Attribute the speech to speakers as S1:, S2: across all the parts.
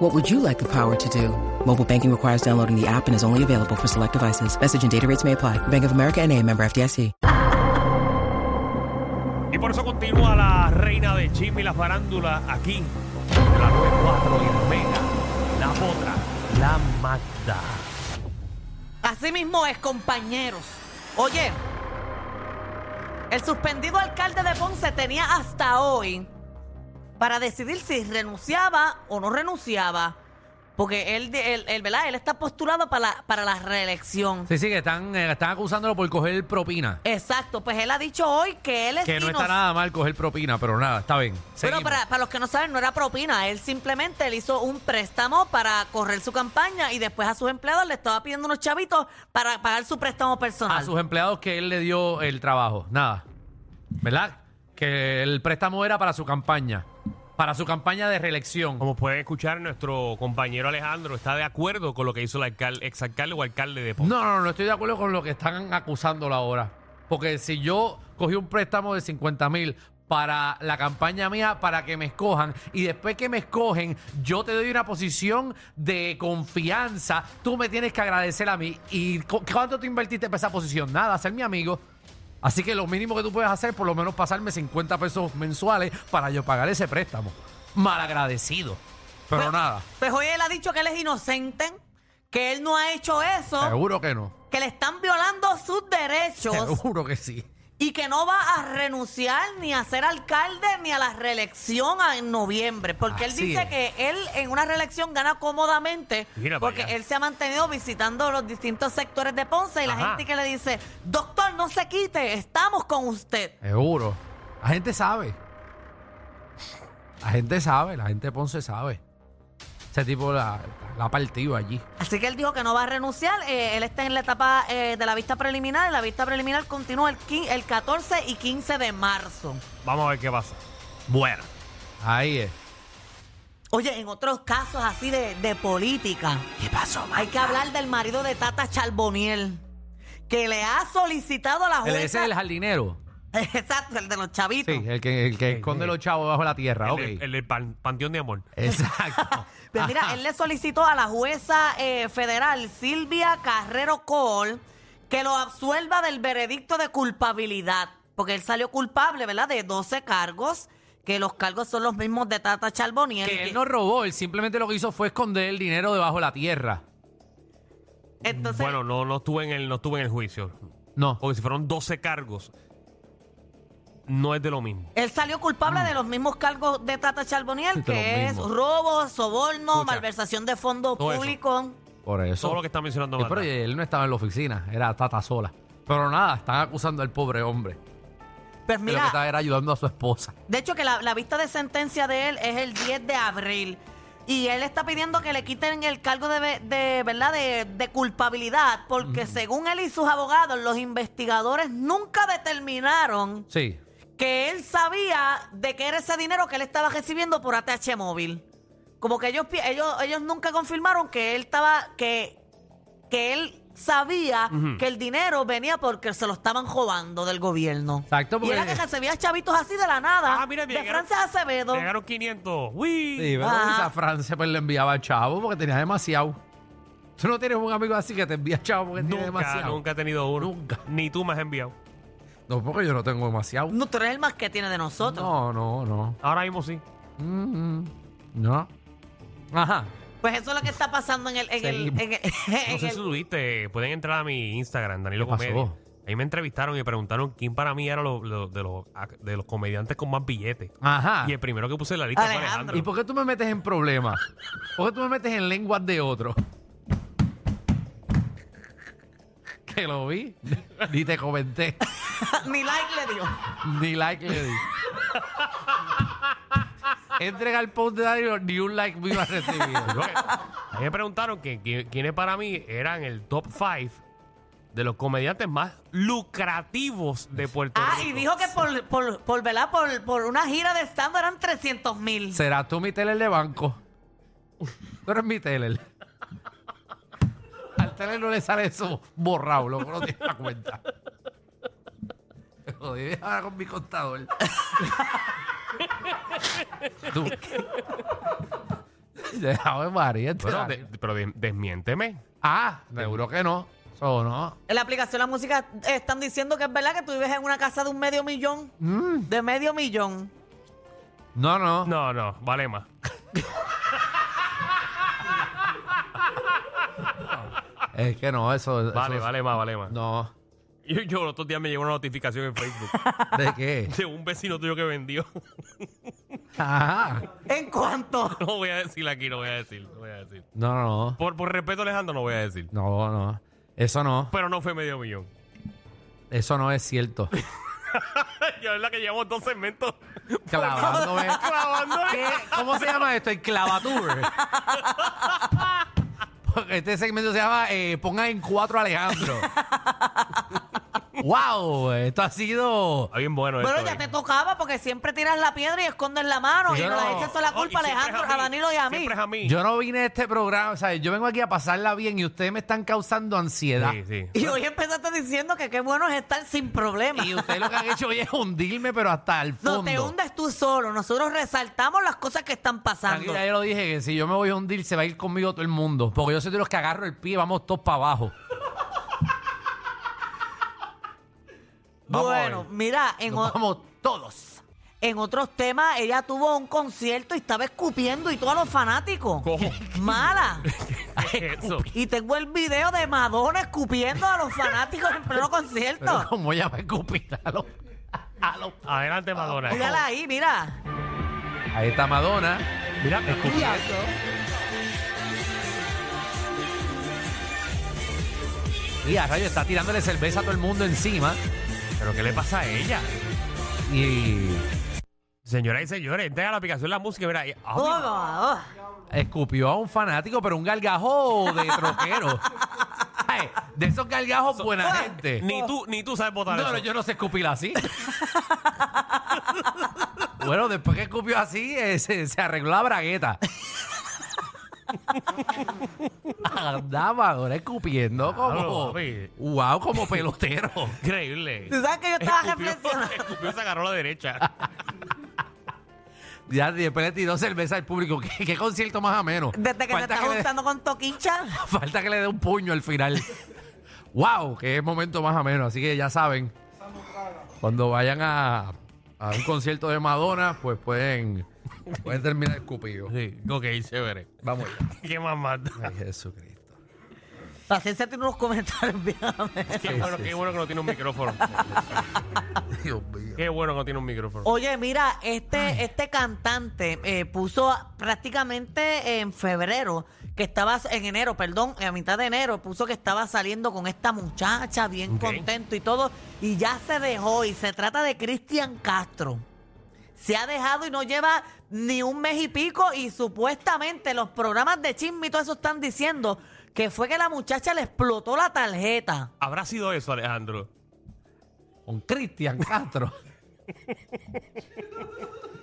S1: What would you like the power to do? Mobile banking requires downloading the app and is only available for select devices. Message and data rates may apply. Bank of America and a member FDIC.
S2: Y por eso continúa la reina de Jimmy la farándula aquí, en la 94 y en Vega, la potra, la Magda.
S3: Así mismo es, compañeros. Oye, el suspendido alcalde de Ponce tenía hasta hoy para decidir si renunciaba o no renunciaba. Porque él, de- él, él, ¿verdad? él está postulado para la, para la reelección.
S4: Sí, sí, que están, eh, están acusándolo por coger propina.
S3: Exacto, pues él ha dicho hoy que él es
S4: Que no está
S3: inoc-
S4: nada mal coger propina, pero nada, está bien.
S3: Bueno,
S4: Seguimos.
S3: para, para los que no saben, no era propina. Él simplemente le hizo un préstamo para correr su campaña y después a sus empleados le estaba pidiendo unos chavitos para pagar su préstamo personal.
S4: A sus empleados que él le dio el trabajo, nada. ¿Verdad? Que el préstamo era para su campaña, para su campaña de reelección.
S2: Como pueden escuchar, nuestro compañero Alejandro está de acuerdo con lo que hizo el alcalde, exalcalde o alcalde de Ponce.
S4: No, no, no estoy de acuerdo con lo que están acusándolo ahora. Porque si yo cogí un préstamo de 50 mil para la campaña mía, para que me escojan, y después que me escogen, yo te doy una posición de confianza, tú me tienes que agradecer a mí. ¿Y cu- cuánto tú invertiste para esa posición? Nada, ser mi amigo. Así que lo mínimo que tú puedes hacer, por lo menos pasarme 50 pesos mensuales para yo pagar ese préstamo. Malagradecido. Pero
S3: Pues-
S4: nada,
S3: Pues hoy él ha dicho que él es inocente, que él no ha hecho eso,
S4: seguro que no.
S3: que le están violando sus derechos
S4: Seguro que sí.
S3: y que no va a renunciar ni a ser alcalde ni a la reelección a- en noviembre. Porque él
S4: Así
S3: dice
S4: es.
S3: que él en una reelección gana cómodamente
S2: Mira para
S3: porque
S2: allá.
S3: él se ha mantenido visitando los distintos sectores de Ponce y la
S2: Ajá.
S3: gente que le dice, doctor, no se quite, estamos con usted.
S4: Seguro. La gente sabe. La gente sabe, la gente de Ponce sabe. Ese tipo la, la ha partido allí.
S3: Así que él dijo que no va a renunciar. eh, él está en la etapa eh, de la vista preliminar. y La vista preliminar continúa el, qui- el 14 y 15 de marzo.
S2: Vamos a ver qué pasa. Bueno,
S4: Ahí es.
S3: Oye, en otros casos así de, de política,
S4: ¿Qué pasó,
S3: hay que hablar del marido de Tata Charboniel, que le ha solicitado a la
S4: El, ese
S3: jueza.
S4: es el jardinero.
S3: Exacto, el de los chavitos.
S4: Sí, el que, el que esconde
S2: sí.
S4: los chavos bajo la tierra.
S2: el,
S4: ok.
S2: del- el del pan- Panteón de Amor.
S4: Exacto.
S3: Pues mira,
S4: Ajá.
S3: él le solicitó a la jueza eh, federal Silvia Carrero Cole que lo absuelva del veredicto de culpabilidad, porque él salió culpable, ¿verdad? De 12 cargos, que los cargos son los mismos de Tata Charboniel.
S4: Que
S3: que-
S4: él no robó, él simplemente lo que hizo fue esconder el dinero debajo de la tierra.
S3: Entonces,
S2: bueno, no, no, estuve en el, no estuve en el juicio.
S4: No.
S2: Porque si fueron 12 cargos, no es de lo mismo.
S3: él salió culpable de los mismos cargos de Tata Charboniel,
S4: Mm. De los
S3: que es
S4: mismos.
S3: robo, soborno,
S2: Escucha,
S3: malversación de fondos
S2: todo eso.
S3: públicos.
S4: Por eso.
S2: Todo lo que está mencionando
S4: Sí, Eh, pero
S2: Magda.
S4: él no estaba en la oficina, era tata sola. Pero nada, están acusando al pobre hombre.
S3: Pues
S4: Que lo que
S3: mira,
S4: estaba era ayudando a su esposa.
S3: De hecho, que la, la vista de sentencia de él es el 10 de abril. Y él está pidiendo que le quiten el cargo de, ve- de, ¿verdad? de, de culpabilidad, porque según él y sus abogados, los investigadores nunca determinaron
S4: Sí.
S3: que él sabía de qué era ese dinero que él estaba recibiendo por ATH móvil. Como que ellos, pi- ellos, ellos nunca confirmaron que él estaba, que, que él sabía
S2: Ujú.
S3: que el dinero venía porque se lo estaban robando del gobierno.
S4: Exacto,
S3: Y
S4: porque-
S3: era que recibía chavitos así de la nada.
S2: Ah, mira,
S3: de
S2: llegaron-
S3: Frances Acevedo.
S2: Llegaron 500. ¡Uy!
S4: Sí, pero
S3: Ajá.
S4: esa Francia pues le enviaba chavo porque tenía demasiado. Tú no tienes un amigo así que te envía chavo porque Pues tiene
S2: Nunca,
S4: demasiado.
S2: nunca he tenido uno.
S4: Nunca.
S2: Ni tú me has enviado.
S4: No, porque yo no tengo demasiado.
S3: No, tú eres el más que tiene de nosotros.
S4: No, no, no.
S2: Ahora mismo sí.
S4: Mm, mm. No. Ajá.
S3: Pues eso es lo que está pasando en el... En el,
S4: Seguimos.
S3: en el-
S2: No
S3: en
S2: sé
S3: el-
S2: si tuviste, pueden entrar a mi Instagram, Danilo
S4: ¿Qué pasó?
S2: Comedia. Ahí me entrevistaron y preguntaron quién para mí era lo- lo- de, los, ac- de los comediantes con más billetes.
S4: Ajá.
S2: Y el primero que puse en la lista fue
S3: Alejandro.
S2: Alejandro.
S4: Ah. ¿Y por qué tú me metes en problemas? ¿Por qué tú me metes en lenguas de otro? Que lo vi. Ni te comenté.
S3: Ni like le dio. Ah,
S4: Ni like le di. Entrega el post de Dario, ni un like me iba a recibir.
S2: Yo- Ahí me preguntaron que, que- quiénes para mí eran el top 5 de los comediantes más lucrativos de Puerto
S3: Ah,
S2: Rico.
S3: y dijo que por, por, por, ¿verdad? por, por una gira de stand eran 300 mil.
S4: ¿Serás tú mi teler de banco? Tú eres mi teler. Al teler no le sale eso borrado, loco, no tiene la cuenta. Me Jodí ahora con mi contador. tú. Déjame María, este
S2: Bueno,
S4: Daniel.
S2: de- pero de- desmiénteme.
S4: Ah, seguro que no. Eso no.
S3: En la aplicación La Música eh, están diciendo que es verdad que tú vives en una casa de un medio millón.
S2: Mm.
S3: De medio millón.
S4: No, no.
S2: No, no, vale más.
S4: Es que no, eso. eso-
S2: Vale, vale más, vale más.
S4: No.
S2: Yo, yo los otros días me llegó una notificación en Facebook
S4: ¿De qué?
S2: de un vecino tuyo que vendió.
S4: Ajá.
S3: ¿En cuánto?
S2: No voy a decir aquí, no voy a decir, no voy a decir.
S4: No, no, no.
S2: Por, por respeto, Alejandro, no voy a decir.
S4: No, no. Eso no.
S2: Pero no fue medio millón.
S4: Eso no es cierto.
S2: yo es la que llevamos dos segmentos
S4: Clavándome.
S2: clavándome.
S4: ¿Qué? ¿Cómo se llama esto? El clavatur. Porque este segmento se llama eh, Pongan en cuatro a Alejandro. ¡Wow! Esto ha sido.
S2: Está bien bueno
S3: Bueno,
S2: esto,
S3: ya
S2: eh.
S3: te tocaba porque siempre tiras la piedra y escondes la mano y
S4: Yo
S3: no
S4: no.
S3: le echas toda la
S2: Oh, y
S3: culpa a
S2: siempre es
S3: Alejandro, a,
S2: mí.
S3: Danilo y a mí.
S2: Siempre es a mí.
S4: Yo no vine a este programa, o sea, yo vengo aquí a pasarla bien y ustedes me están causando ansiedad.
S2: Sí, sí.
S3: Y hoy empezaste diciendo que qué bueno es estar sin problemas.
S4: Y ustedes lo que han hecho hoy es hundirme, pero hasta el fondo.
S3: No te hundes tú solo. Nosotros resaltamos las cosas que están pasando.
S4: Tranquila, yo lo dije que si yo me voy a hundir, se va a ir conmigo todo el mundo. Porque yo soy de los que agarro el pie y vamos todos para abajo. Vamos a
S3: Bueno,
S4: ver.
S3: mira, en,
S4: Nos
S3: o-
S4: vamos todos.
S3: en otros temas, ella tuvo un concierto y estaba escupiendo y todos los fanáticos.
S2: ¿Cómo?
S3: Mala.
S2: Eso.
S3: Y tengo el video de Madonna escupiendo a los fanáticos en pleno
S4: Pero
S3: concierto.
S4: como ella va a escupir a los- a los-
S2: Adelante, Madonna.
S3: Mírala ahí, mira.
S4: Ahí está Madonna.
S2: Mira, escucha.
S4: Y a rayo está tirándole cerveza a todo el mundo encima.
S2: ¿Pero qué le pasa a ella?
S4: Y
S2: Señoras y señores, entra a la aplicación la música. Mira, y- ah,
S3: Oh, oh, oh.
S4: escupió a un fanático, pero un gargajo de troquero. Ay, de esos gargajos buena gente.
S2: ni tú, ni tú sabes votar
S4: No, no,
S2: eso.
S4: yo no sé escupir así. bueno, después que escupió así, eh, se, se arregló la bragueta. Andaba ahora escupiendo
S2: Claro,
S4: como.
S2: papi.
S4: Wow, como pelotero.
S2: Increíble.
S3: Tú sabes que yo estaba
S2: Escupió,
S3: reflexionando.
S2: escupió, se agarró a la derecha.
S4: Ya después le tiró cerveza al público. ¿Qué, qué concierto más ameno?
S3: Desde que te
S4: Falta
S3: estás
S4: le-
S3: juntando con Toquicha.
S4: Falta que le dé un puño al final. ¡Wow! Qué momento más ameno. Así que ya saben, cuando vayan a, a un concierto de Madonna, pues pueden, pueden terminar escupido.
S2: Sí, ok, chévere.
S4: Vamos allá.
S2: ¿Qué más mata?
S4: Ay, Jesucristo.
S3: Paciencia tiene unos comentarios bien amenos.
S2: Qué,
S4: Sí,
S2: bueno,
S4: sí,
S2: qué
S4: sí.
S2: bueno que no tiene un micrófono.
S4: Dios mío.
S2: Qué bueno que no tiene un micrófono.
S3: Oye, mira, este, este cantante eh, puso prácticamente en febrero, que estaba, en enero, perdón, a mitad de enero, puso que estaba saliendo con esta muchacha, bien
S2: Ok.
S3: contento y todo, y ya se dejó, y se trata de Cristian Castro. Se ha dejado y no lleva ni un mes y pico, y supuestamente los programas de chisme y todo eso están diciendo que fue que la muchacha le explotó la tarjeta.
S2: ¿Habrá sido eso, Alejandro?
S4: Con Cristian Castro.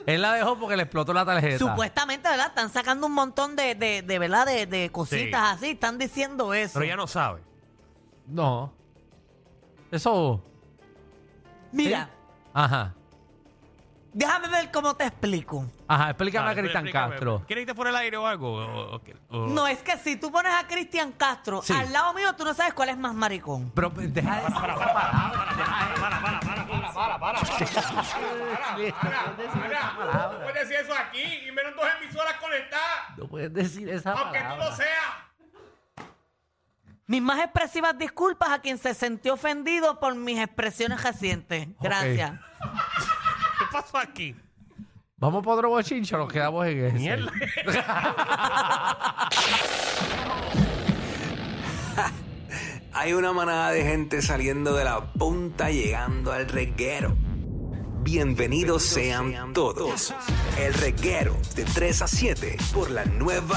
S4: Él la dejó porque le explotó la tarjeta.
S3: Supuestamente, ¿verdad? Están sacando un montón de, de, de, ¿verdad? De, de cositas así, están diciendo eso.
S2: Pero ella no sabe.
S4: No. Eso.
S3: Mira,
S4: Ajá.
S3: déjame ver cómo te explico.
S4: Ajá, explícame
S2: Dale,
S4: a Cristian
S2: explícame.
S4: Castro.
S2: ¿Quieres irte por el aire o algo? O- o- o-
S3: No, es que si tú pones a Cristian Castro
S4: Sí.
S3: al lado mío, tú no sabes cuál es más maricón.
S4: Pero pues, deja de decir esa palabra.
S5: No puedes decir eso aquí y menos dos emisoras conectadas,
S4: No puedes decir esa
S5: aunque tú lo
S4: palabra.
S5: seas.
S3: Mis más expresivas disculpas a quien se sintió ofendido por mis expresiones recientes. Gracias.
S2: ¿Qué pasó aquí?
S4: Vamos por otro bochincho, nos quedamos en ese.
S2: Mierda.
S6: Hay una manada de gente saliendo de la punta llegando al reguero. Bienvenidos sean todos. El reguero de 3 a 7 por la nueva